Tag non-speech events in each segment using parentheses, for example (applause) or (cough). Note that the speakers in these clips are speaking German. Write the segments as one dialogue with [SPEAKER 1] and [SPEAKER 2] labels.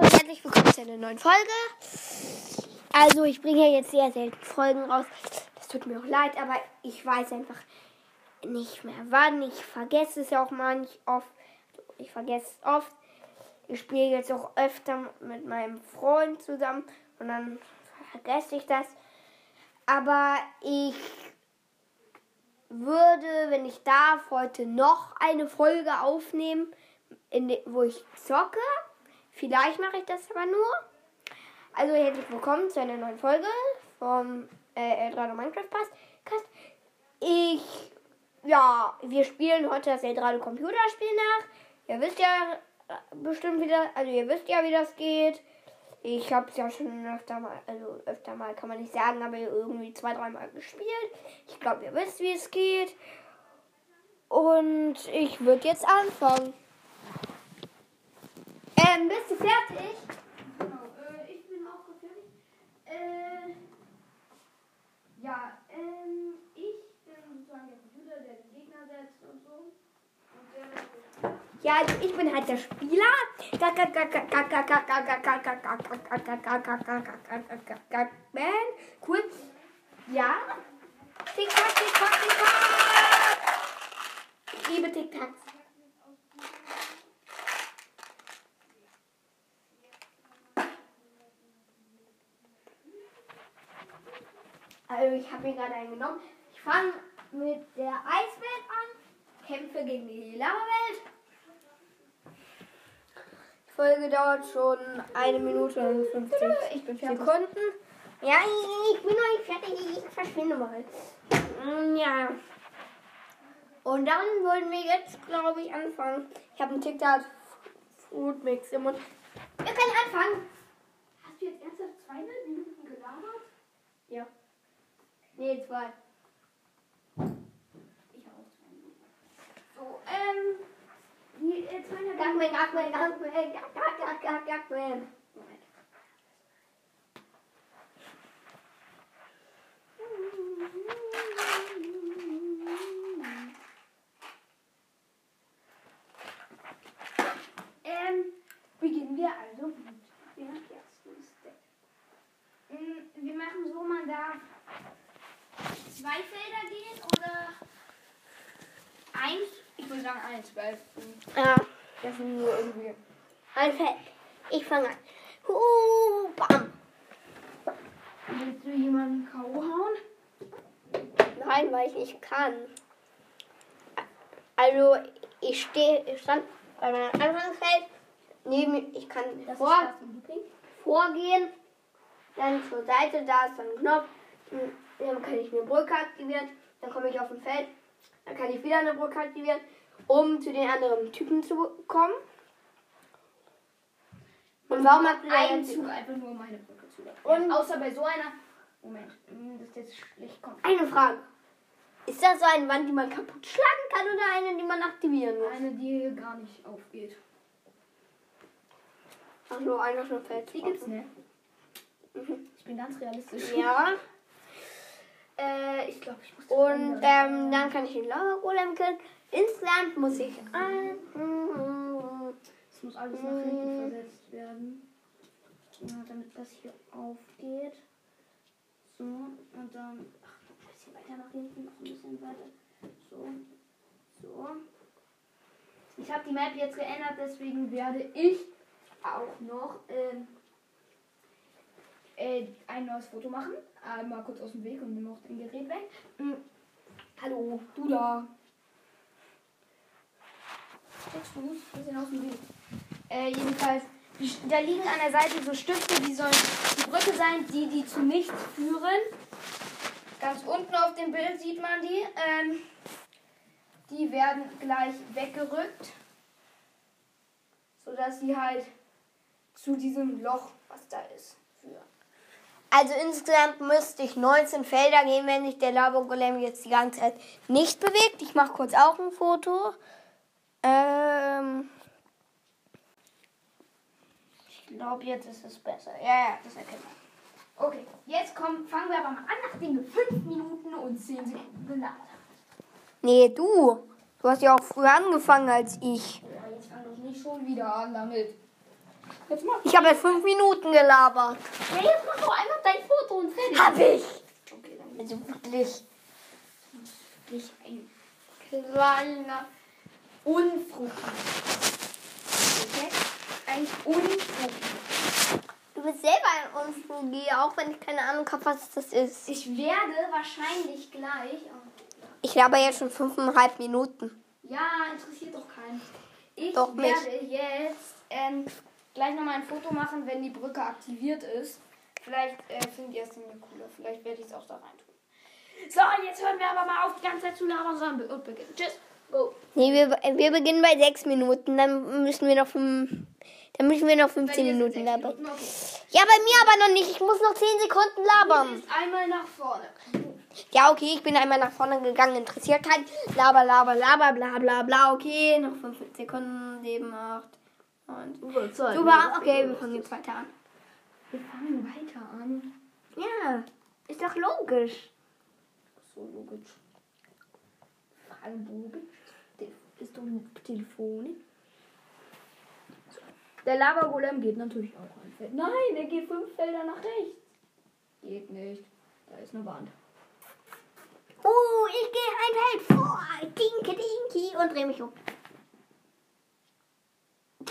[SPEAKER 1] herzlich willkommen zu einer neuen Folge. Also ich bringe ja jetzt sehr selten Folgen raus. Das tut mir auch leid, aber ich weiß einfach nicht mehr wann. Ich vergesse es ja auch manch oft. Ich vergesse es oft. Ich spiele jetzt auch öfter mit meinem Freund zusammen und dann vergesse ich das. Aber ich würde, wenn ich darf, heute noch eine Folge aufnehmen, in de- wo ich zocke. Vielleicht mache ich das aber nur. Also herzlich willkommen zu einer neuen Folge vom äh, Eldrado Minecraft Podcast. Ich, ja, wir spielen heute das Eldrado Computerspiel nach. Ihr wisst ja äh, bestimmt wieder, also ihr wisst ja, wie das geht. Ich habe es ja schon öfter mal, also öfter mal kann man nicht sagen, aber irgendwie zwei, dreimal gespielt. Ich glaube, ihr wisst, wie es geht. Und ich würde jetzt anfangen. Ähm, bist du fertig?
[SPEAKER 2] Genau, äh, ich bin auch gefährlich. Äh, ja, ähm, ich bin sozusagen der Computer, der den Gegner setzt und so. Und der macht das.
[SPEAKER 1] Ja, also ich bin halt der Spieler. Gack, gack, gack, gack, gack, gack, gack, gack, gack, gack, gack, gack, gack, gack, gack, gack, gack, gack, gack, gack, gack, Man. Cool. Ja. Tick, tack, tick, tack, tick, tack. Ich liebe Tick, tack. Also ich habe mir gerade einen genommen. Ich fange mit der Eiswelt an, kämpfe gegen die Lavawelt. Die Folge dauert schon eine Minute und 50
[SPEAKER 2] Ich bin fertig.
[SPEAKER 1] Sekunden. Ja, ich, ich bin noch nicht fertig, ich verschwinde mal. Mm, Ja. Und dann wollen wir jetzt, glaube ich, anfangen. Ich habe einen TikTok Food Mix im Mund. Wir können anfangen.
[SPEAKER 2] Hast du jetzt ernsthaft zweieinhalb Minuten gelabert?
[SPEAKER 1] Ja. Nee, zwei.
[SPEAKER 2] Ich habe auch zwei Minuten. So, ähm, die äh, zweieinhalb
[SPEAKER 1] Gagman, Gagman, Gagman, Gagman, Gagman, Gagman.
[SPEAKER 2] Moment. Ähm, beginnen wir also mit dem ersten Stack. Ähm, Wir machen so, man darf zwei Felder gehen oder eins, ich würde sagen eins, weil
[SPEAKER 1] Ja,
[SPEAKER 2] das sind nur irgendwie.
[SPEAKER 1] also ich fange an. Huh, bam.
[SPEAKER 2] Willst du jemanden K.O. hauen?
[SPEAKER 1] Nein, weil ich nicht kann. Also ich stehe, ich stand bei meinem Anfangsfeld. Neben, ich kann vor, vorgehen, dann zur Seite, da ist dann ein Knopf. Und Dann kann ich eine Brücke aktivieren, dann komme ich auf ein Feld, dann kann ich wieder eine Brücke aktivieren, um zu den anderen Typen zu kommen. Und warum hat der
[SPEAKER 2] Ein
[SPEAKER 1] jetzt-
[SPEAKER 2] Zug einfach nur um eine Brücke zu laufen.
[SPEAKER 1] Und-
[SPEAKER 2] außer bei so einer. Moment, mm, das ist jetzt schlecht kommt.
[SPEAKER 1] Eine Frage. Ist das so eine Wand, die man kaputt schlagen kann oder eine, die man aktivieren muss?
[SPEAKER 2] Eine, die gar nicht aufgeht.
[SPEAKER 1] Ach so, einer schon fällt.
[SPEAKER 2] Die gibt's nicht. Ich bin ganz realistisch.
[SPEAKER 1] Ja.
[SPEAKER 2] Äh, ich glaube, ich muss. das
[SPEAKER 1] Und
[SPEAKER 2] ändern.
[SPEAKER 1] ähm, dann kann ich den Lava Golem killen. Insgesamt muss ich ein.
[SPEAKER 2] Es muss alles nach hinten
[SPEAKER 1] Mm.
[SPEAKER 2] versetzt werden. Ja, damit das hier aufgeht. So, und dann ach, noch ein bisschen weiter nach hinten, noch ein bisschen weiter. So, so. Ich habe die Map jetzt geändert, deswegen werde ich auch noch ähm, äh, ein neues Foto machen. Einmal kurz aus dem Weg und nehme auch dein Gerät weg. Mm. Hallo, du da. Checkst du es? bisschen aus dem Weg. Äh, jedenfalls, die, da liegen an der Seite so Stifte, die sollen die Brücke sein, die die zu nichts führen. Ganz unten auf dem Bild sieht man die. Ähm, die werden gleich weggerückt, sodass sie halt zu diesem Loch, was da ist, führen.
[SPEAKER 1] Also insgesamt müsste ich 19 Felder gehen, wenn sich der Lava Golem jetzt die ganze Zeit nicht bewegt. Ich mache kurz auch ein Foto. Ähm.
[SPEAKER 2] Ich glaube, jetzt ist es besser. Ja, ja, das erkennt man. Okay, jetzt kommen, fangen wir aber mal an, nachdem wir 5 Minuten und 10 Sekunden geladen haben.
[SPEAKER 1] Nee, du. Du hast ja auch früher angefangen als ich.
[SPEAKER 2] Ja, jetzt fang doch nicht schon wieder an damit. Jetzt mach.
[SPEAKER 1] Ich habe jetzt fünf Minuten gelabert.
[SPEAKER 2] Nee, jetzt mach doch einfach dein Foto und fertig.
[SPEAKER 1] Hab ich.
[SPEAKER 2] Okay, dann
[SPEAKER 1] Also wirklich.
[SPEAKER 2] bin ich ein kleiner Unfruchtbar. Okay? Ein Unfruchtbar.
[SPEAKER 1] Du bist selber ein Unflugi, auch wenn ich keine Ahnung habe, was das ist.
[SPEAKER 2] Ich werde wahrscheinlich gleich. Oh,
[SPEAKER 1] Ich laber jetzt schon fünfeinhalb Minuten.
[SPEAKER 2] ja, interessiert doch keinen. Ich
[SPEAKER 1] Doch mich.
[SPEAKER 2] werde jetzt ähm, gleich nochmal ein Foto machen, wenn die Brücke aktiviert ist. Vielleicht äh, findet ihr es irgendwie cooler. Vielleicht werde ich es auch da rein tun. So, und jetzt hören wir aber mal auf, die ganze Zeit zu labern, sondern be- und beginnen. Tschüss. Go.
[SPEAKER 1] Nee, wir, wir beginnen bei sechs Minuten, dann müssen wir noch fünf, dann müssen wir noch 15
[SPEAKER 2] Bei dir sind
[SPEAKER 1] Minuten
[SPEAKER 2] sechs
[SPEAKER 1] labern.
[SPEAKER 2] Minuten, Okay.
[SPEAKER 1] Ja, bei mir aber noch nicht. Ich muss noch 10 Sekunden
[SPEAKER 2] Du
[SPEAKER 1] labern.
[SPEAKER 2] gehst einmal nach vorne.
[SPEAKER 1] Ja, okay, ich bin einmal nach vorne gegangen, interessiert keinen. Laber, laber, laber, bla, bla, bla. Okay, noch 5 Sekunden, 7, 8, 9. Super, okay, wir fangen jetzt weiter an.
[SPEAKER 2] Wir fangen weiter an.
[SPEAKER 1] Ja, ist doch logisch.
[SPEAKER 2] So logisch. Fragenbogen. Te- Ist doch ein Telefon. So. Der Lavagolem geht natürlich auch ein Feld. Nein, er geht fünf Felder nach rechts. Geht nicht. Da ist eine Wand.
[SPEAKER 1] Oh, ich gehe ein Feld vor. Dinke, dinki und drehe mich um. (laughs)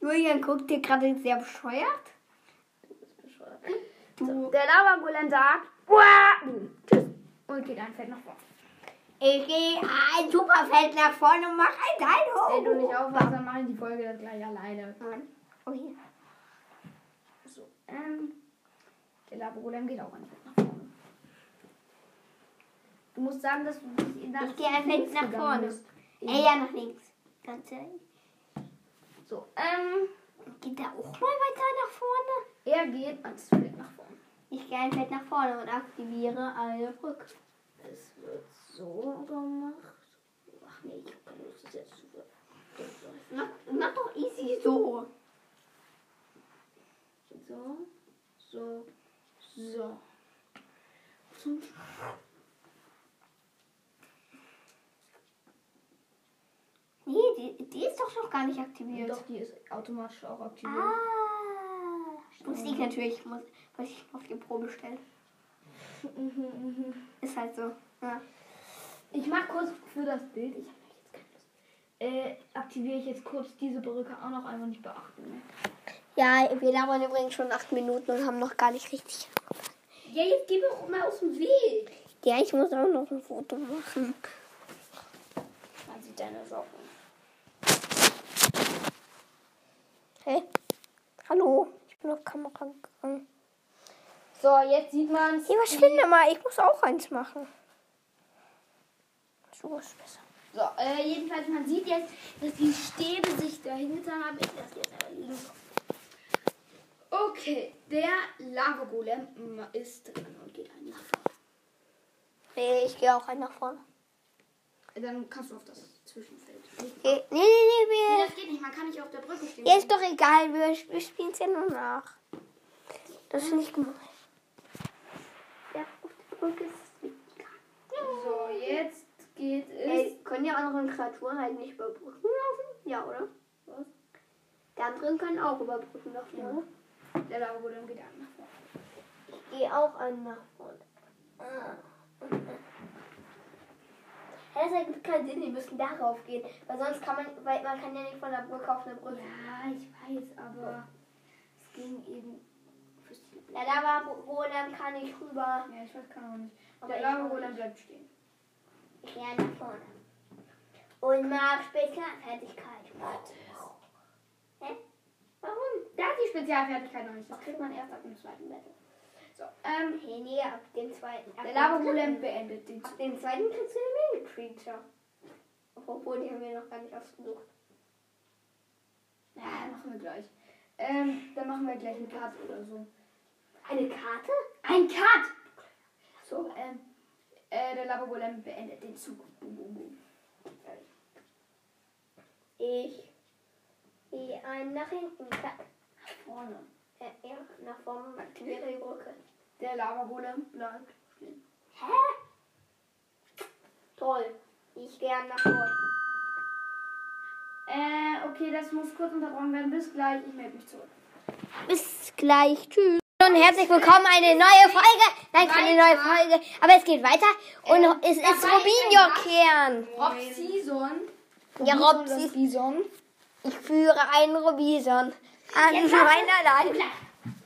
[SPEAKER 1] Julian guckt dir gerade sehr bescheuert.
[SPEAKER 2] Bescheuert.
[SPEAKER 1] Du.
[SPEAKER 2] Der Lavagolem sagt. Uah! Tschüss. Und geht ein Feld nach vorne.
[SPEAKER 1] Ich gehe ein Superfeld nach vorne und mache ein Teil hoch.
[SPEAKER 2] Wenn du nicht aufwachst, dann machen die Folge das gleich alleine.
[SPEAKER 1] Nein. Oh, hier.
[SPEAKER 2] So, ähm, der Laborolem geht auch einfach nach vorne. Du musst sagen, dass du dich in
[SPEAKER 1] Ich gehe einfach
[SPEAKER 2] links
[SPEAKER 1] nach
[SPEAKER 2] gegangen
[SPEAKER 1] vorne.
[SPEAKER 2] bist.
[SPEAKER 1] Äh, ja, nach links. Ganz ehrlich.
[SPEAKER 2] So, ähm,
[SPEAKER 1] Geht der auch mal weiter nach vorne?
[SPEAKER 2] er geht ans Feld nach vorne.
[SPEAKER 1] Ich gehe ein Feld nach vorne und aktiviere eine Brücke.
[SPEAKER 2] Es wird so gemacht. Ach nee, ich hab keine Lust, das jetzt zu ver-
[SPEAKER 1] Mach, mach doch easy so.
[SPEAKER 2] So, so, so.
[SPEAKER 1] Nee, die, die ist doch noch gar nicht aktiviert.
[SPEAKER 2] Doch, die ist automatisch auch aktiviert.
[SPEAKER 1] Ah. Musste ich natürlich, muss, wollte ich auf die Probe stellen.
[SPEAKER 2] Mhm, mhm.
[SPEAKER 1] Ist halt so. Ja.
[SPEAKER 2] Ich mach kurz für das Bild, ich habe jetzt keine Lust. Äh, aktiviere ich jetzt kurz diese Brücke auch noch einmal nicht beachten. Ne?
[SPEAKER 1] ja, wir labern übrigens schon acht Minuten und haben noch gar nicht richtig.
[SPEAKER 2] Ja, jetzt geh doch mal aus dem Weg.
[SPEAKER 1] Ja, ich muss auch noch ein Foto machen.
[SPEAKER 2] Man sieht deine Socken.
[SPEAKER 1] Hä? Hallo? Ich bin auf Kamera gegangen.
[SPEAKER 2] So, jetzt sieht man's.
[SPEAKER 1] Hier, verschwinde mal. Ich muss auch eins machen. So ist besser.
[SPEAKER 2] So, äh, jedenfalls, man sieht jetzt, dass die Stäbe sich dahinter haben. Ich lasse die jetzt aber liegen. Okay, der Lavagolem ist dran und geht einen nach vorne.
[SPEAKER 1] Nee, ich gehe auch einen nach vorne.
[SPEAKER 2] Äh, Dann kannst du auf das Zwischenfeld. Nee,
[SPEAKER 1] Nee, nee, nee, wir.
[SPEAKER 2] das geht nicht, man kann nicht auf der Brücke stehen.
[SPEAKER 1] Ja, ist doch egal. Wir, wir spielen es ja nur nach. Das ist nicht gemein. Ja, auf der Brücke ist es nicht egal.
[SPEAKER 2] So, jetzt geht es.
[SPEAKER 1] Ey, können die anderen Kreaturen halt nicht über Brücken laufen? Ja, oder?
[SPEAKER 2] Was?
[SPEAKER 1] Die anderen können auch über Brücken laufen,
[SPEAKER 2] Ja.
[SPEAKER 1] oder?
[SPEAKER 2] Der Lavagolem geht einen nach vorne.
[SPEAKER 1] Ich gehe auch einen nach vorne. Ah. Das ergibt keinen Sinn, die müssen darauf gehen. Weil sonst kann man, weil man kann ja nicht von der Brücke auf eine Brücke.
[SPEAKER 2] Ja, ich weiß, aber es ging eben. fürs Team.
[SPEAKER 1] Na, da war Roland, kann ich rüber.
[SPEAKER 2] Ja, ich weiß, kann auch nicht.
[SPEAKER 1] Aber
[SPEAKER 2] Der
[SPEAKER 1] ich
[SPEAKER 2] Lava
[SPEAKER 1] auch
[SPEAKER 2] Golem
[SPEAKER 1] nicht.
[SPEAKER 2] bleibt stehen.
[SPEAKER 1] Ich gehe nach vorne. Und mach Spezialfertigkeit. Hä? Warum?
[SPEAKER 2] Da hat die Spezialfertigkeit noch nicht. Das kriegt man erst ab dem zweiten Battle. So, ähm,
[SPEAKER 1] Hey, nee, ab dem zweiten. ab
[SPEAKER 2] der
[SPEAKER 1] dem
[SPEAKER 2] Lava
[SPEAKER 1] dritten.
[SPEAKER 2] Golem beendet den
[SPEAKER 1] Ab dem zweiten kriegst du eine Mini Creature. Obwohl, die haben wir noch gar nicht ausgesucht.
[SPEAKER 2] Ja, machen wir gleich. Ähm, dann machen wir gleich einen Cut oder so.
[SPEAKER 1] Eine Karte?
[SPEAKER 2] Ein Cut! So, ähm, äh, der Lava Golem beendet den Zug. Boom, boom, boom.
[SPEAKER 1] Ich gehe einen nach hinten. Zack.
[SPEAKER 2] Vorne.
[SPEAKER 1] Ja, ja, nach vorne und aktiviere die Brücke.
[SPEAKER 2] Der Lava Golem bleibt stehen.
[SPEAKER 1] Hä? Toll. Ich gehe nach vorne.
[SPEAKER 2] Äh, Okay, das muss kurz unterbrochen werden. Bis gleich. Ich melde mich zurück.
[SPEAKER 1] Bis gleich. Tschüss. Und herzlich willkommen eine neue Folge. Nein, keine neue Folge. Aber es geht weiter. Und es ist Robinho-Kern.
[SPEAKER 2] Rob Season.
[SPEAKER 1] Ja, Rob, sie-
[SPEAKER 2] Season.
[SPEAKER 1] ich führe einen Robison an
[SPEAKER 2] Jetzt mach.
[SPEAKER 1] meiner Leine.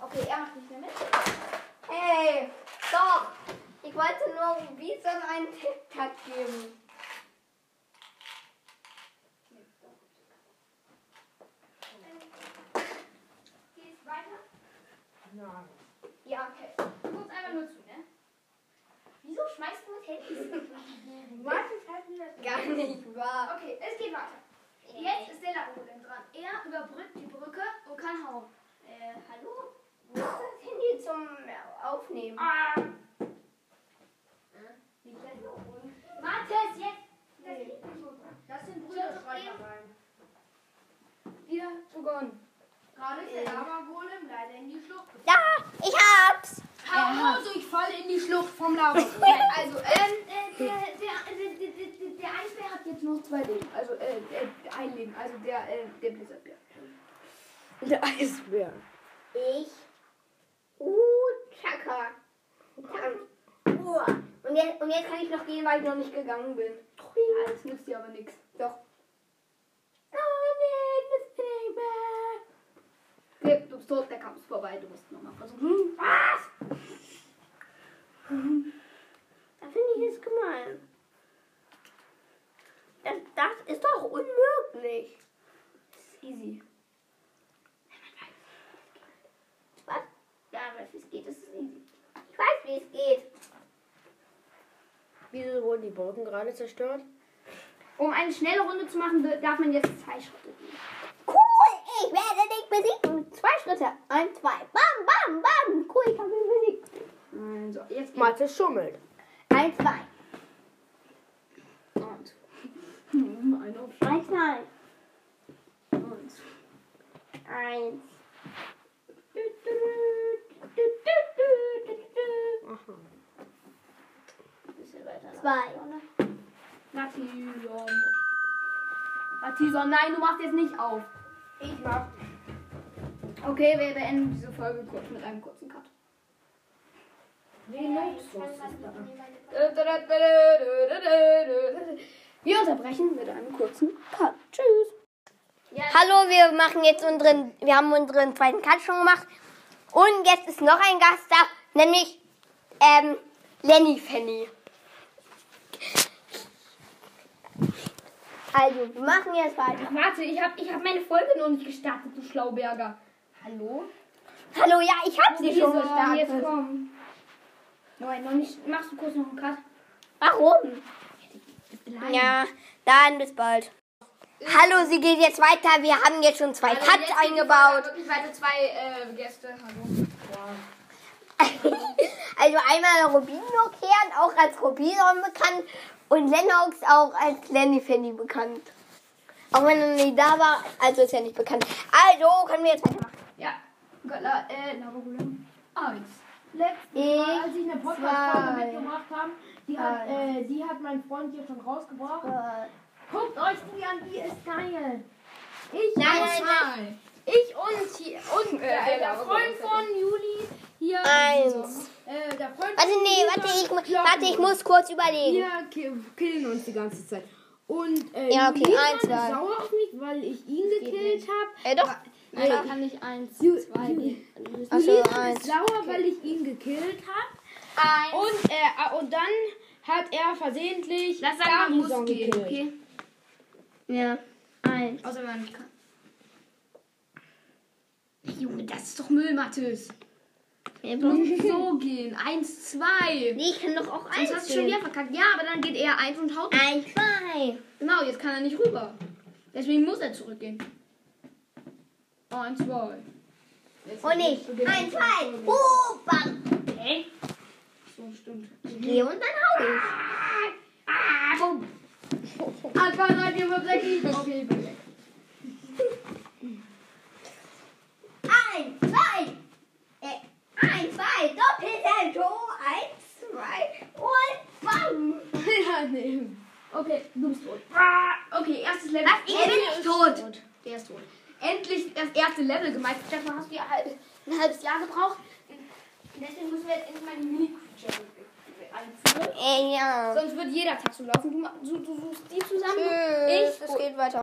[SPEAKER 2] Okay, er macht nicht mehr mit.
[SPEAKER 1] Hey, stopp. Ich wollte nur Robison einen Tic-Tac geben.
[SPEAKER 2] Geht's weiter?
[SPEAKER 3] Nein.
[SPEAKER 2] Ja, okay. Du guckst einfach nur zu, ne? Wieso schmeißt du mit Handys?
[SPEAKER 3] Martin hat mir das
[SPEAKER 1] Gar nicht wahr.
[SPEAKER 2] Okay, es geht weiter. Jetzt ist der Lappen dran. Er überbrückt die Brücke und kann hauen. Äh, hallo?
[SPEAKER 1] Wo ist das Handy zum Aufnehmen?
[SPEAKER 2] Ah! Mathis, jetzt! Das liegt nicht unten.
[SPEAKER 3] Das sind
[SPEAKER 2] Brüder, schreit
[SPEAKER 3] Brüderschreiter
[SPEAKER 2] doch
[SPEAKER 3] rein.
[SPEAKER 2] Wieder Äh. begonnen. Gerade ist der Lavagolem leider in die Schlucht gefallen.
[SPEAKER 1] Ja, ich hab's.
[SPEAKER 3] Ja. Also ich falle in die Schlucht vom Lava.
[SPEAKER 2] Also, ähm, äh, der, der, der, der, der, der, der Eisbär hat jetzt nur zwei Leben. Also, äh, äh, ein Leben. Also, der, äh, der Blizzardbär.
[SPEAKER 3] Der Eisbär.
[SPEAKER 1] Ich. Uh, Chaka. Verdammt. Uah. Und jetzt, und jetzt kann ich noch gehen, weil ich noch nicht gegangen bin.
[SPEAKER 2] Ja, das nützt dir aber nichts.
[SPEAKER 1] Doch. Oh nein, das Baby.
[SPEAKER 2] Nee, du bist tot, der Kampf ist vorbei. Du musst nochmal versuchen. Was?
[SPEAKER 1] Da finde ich es gemein. Das, das ist doch unmöglich.
[SPEAKER 2] Easy.
[SPEAKER 1] Was?
[SPEAKER 2] Ja, aber wie es geht, ist es easy.
[SPEAKER 1] Ich weiß, wie es geht.
[SPEAKER 3] Wieso wurden die Brücken gerade zerstört?
[SPEAKER 2] Um eine schnelle Runde zu machen, darf man jetzt zwei Schritte gehen.
[SPEAKER 1] Cool, ich werde dich besiegen. Zwei Schritte. Ein, zwei. Bam, bam, bam. Cool, ich habe ihn besiegt.
[SPEAKER 2] Also, jetzt geht's.
[SPEAKER 3] Mathe schummelt.
[SPEAKER 1] Ein, zwei.
[SPEAKER 2] Und. Ein Aufschlag.
[SPEAKER 1] Ein, zwei.
[SPEAKER 2] Und.
[SPEAKER 1] Eins.
[SPEAKER 2] Ein bisschen weiter. nach
[SPEAKER 1] Zwei.
[SPEAKER 2] vorne. Natison. Natison, nein, du machst jetzt nicht auf.
[SPEAKER 1] Ich mach.
[SPEAKER 2] Okay, wir beenden diese Folge kurz mit einem kurzen Cut.
[SPEAKER 1] Wir unterbrechen mit einem kurzen Cut. Hm? Tschüss. Hallo, wir machen jetzt unseren, wir haben unseren zweiten Cut schon gemacht. Und jetzt ist noch ein Gast da, nämlich ähm, Lenny Fanny. Also, wir machen jetzt weiter.
[SPEAKER 2] Warte, ich habe ich hab meine Folge noch nicht gestartet, du Schlauberger. Hallo?
[SPEAKER 1] Hallo, ja, ich habe sie schon
[SPEAKER 2] Lisa, Jetzt
[SPEAKER 1] gestartet.
[SPEAKER 2] komm. Nein, noch nicht. Machst du kurz noch einen Cut?
[SPEAKER 1] Warum?
[SPEAKER 2] Nein.
[SPEAKER 1] Ja, dann bis bald. Hallo, sie geht jetzt weiter. Wir haben jetzt schon zwei
[SPEAKER 2] Also
[SPEAKER 1] Cuts
[SPEAKER 2] jetzt geht die Folge
[SPEAKER 1] eingebaut.
[SPEAKER 2] Wirklich weiter zwei äh, Gäste. Hallo.
[SPEAKER 1] (laughs) also einmal Robino Kern, auch als Robino bekannt. Und Lennox auch als Lenny Fanny bekannt. Auch wenn er nicht da war, also ist er nicht bekannt. Also können wir jetzt weitermachen.
[SPEAKER 2] Ja. Gott, la, äh, Laberulem.
[SPEAKER 3] Ah,
[SPEAKER 2] Eins. Letztes
[SPEAKER 1] Ich,
[SPEAKER 3] Als ich eine Podcast-Folge
[SPEAKER 1] zwei,
[SPEAKER 3] mitgemacht habe, die hat,
[SPEAKER 1] eins.
[SPEAKER 3] äh, die hat mein Freund hier schon rausgebracht.
[SPEAKER 1] äh,
[SPEAKER 3] Guckt euch die an, die ist geil.
[SPEAKER 1] Nein,
[SPEAKER 3] Ich und,
[SPEAKER 1] nein, nein.
[SPEAKER 3] Ich und, hier- und äh, der Freund von Juli hier.
[SPEAKER 1] Eins.
[SPEAKER 3] Äh, der Freund
[SPEAKER 1] warte,
[SPEAKER 3] von
[SPEAKER 1] nee,
[SPEAKER 3] Juli
[SPEAKER 1] warte,
[SPEAKER 3] sagt,
[SPEAKER 1] ich, mu-
[SPEAKER 3] Glocken.
[SPEAKER 1] warte, ich muss kurz überlegen.
[SPEAKER 3] Wir ki- killen uns die ganze Zeit. Und äh,
[SPEAKER 1] Ja, okay,
[SPEAKER 3] Julian
[SPEAKER 1] eins,
[SPEAKER 3] ist
[SPEAKER 1] zwei.
[SPEAKER 3] sauer auf mich, weil ich ihn gekillt habe.
[SPEAKER 1] Äh, doch.
[SPEAKER 3] Nee,
[SPEAKER 4] Einer kann nicht eins,
[SPEAKER 3] Ju-
[SPEAKER 4] zwei,
[SPEAKER 3] Ju-
[SPEAKER 4] nee.
[SPEAKER 1] Achso,
[SPEAKER 3] Julian ist
[SPEAKER 1] Also, eins.
[SPEAKER 3] sauer, weil ich ihn gekillt habe.
[SPEAKER 1] Eins.
[SPEAKER 3] Und, äh, und dann hat er versehentlich
[SPEAKER 2] Lass sagen, man
[SPEAKER 3] Garnison
[SPEAKER 2] muss gehen,
[SPEAKER 3] gekillt.
[SPEAKER 2] okay?
[SPEAKER 1] Ja. Eins.
[SPEAKER 2] Außer wenn man nicht kann. Junge, das ist doch Müll, Mathis.
[SPEAKER 3] (laughs)
[SPEAKER 2] Und so gehen. Eins, zwei.
[SPEAKER 1] Nee, ich kann doch auch eins.
[SPEAKER 2] Sonst hast du schon wieder verkackt. Ja, aber dann geht er eins und haut.
[SPEAKER 1] Ein, zwei.
[SPEAKER 2] Genau, jetzt kann er nicht rüber. Deswegen muss er zurückgehen. Eins, zwei.
[SPEAKER 3] Oh,
[SPEAKER 2] Jetzt
[SPEAKER 1] Und ich.
[SPEAKER 2] beginnt
[SPEAKER 1] Oh, Ein,
[SPEAKER 2] es.
[SPEAKER 1] zwei. Oh, bam.
[SPEAKER 2] Hä? So, stimmt.
[SPEAKER 1] Ich gehe und dann hau ich.
[SPEAKER 2] Ah, bumm. Eins, zwei, drei, vier, fünf, sechs, sieben. Okay, ich bin weg.
[SPEAKER 1] Ein, zwei. Äh, ein, zwei. Doppelter Tor. Eins, zwei. Und bam.
[SPEAKER 2] ja, nee. Okay, du bist tot. Ah, Okay, erstes Level.
[SPEAKER 1] Was? Ich bin nicht tot.
[SPEAKER 2] Der ist tot. Endlich das erste Level gemeistert. Stefan, hast du ja halb, ein halbes Jahr gebraucht? Deswegen müssen wir jetzt endlich mal die Mini-Creature einführen.
[SPEAKER 1] Äh, ja.
[SPEAKER 2] Sonst wird jeder Tasso laufen. Du, ma- du, du suchst die zusammen.
[SPEAKER 1] Tschüss.
[SPEAKER 2] Ich-
[SPEAKER 1] es geht weiter.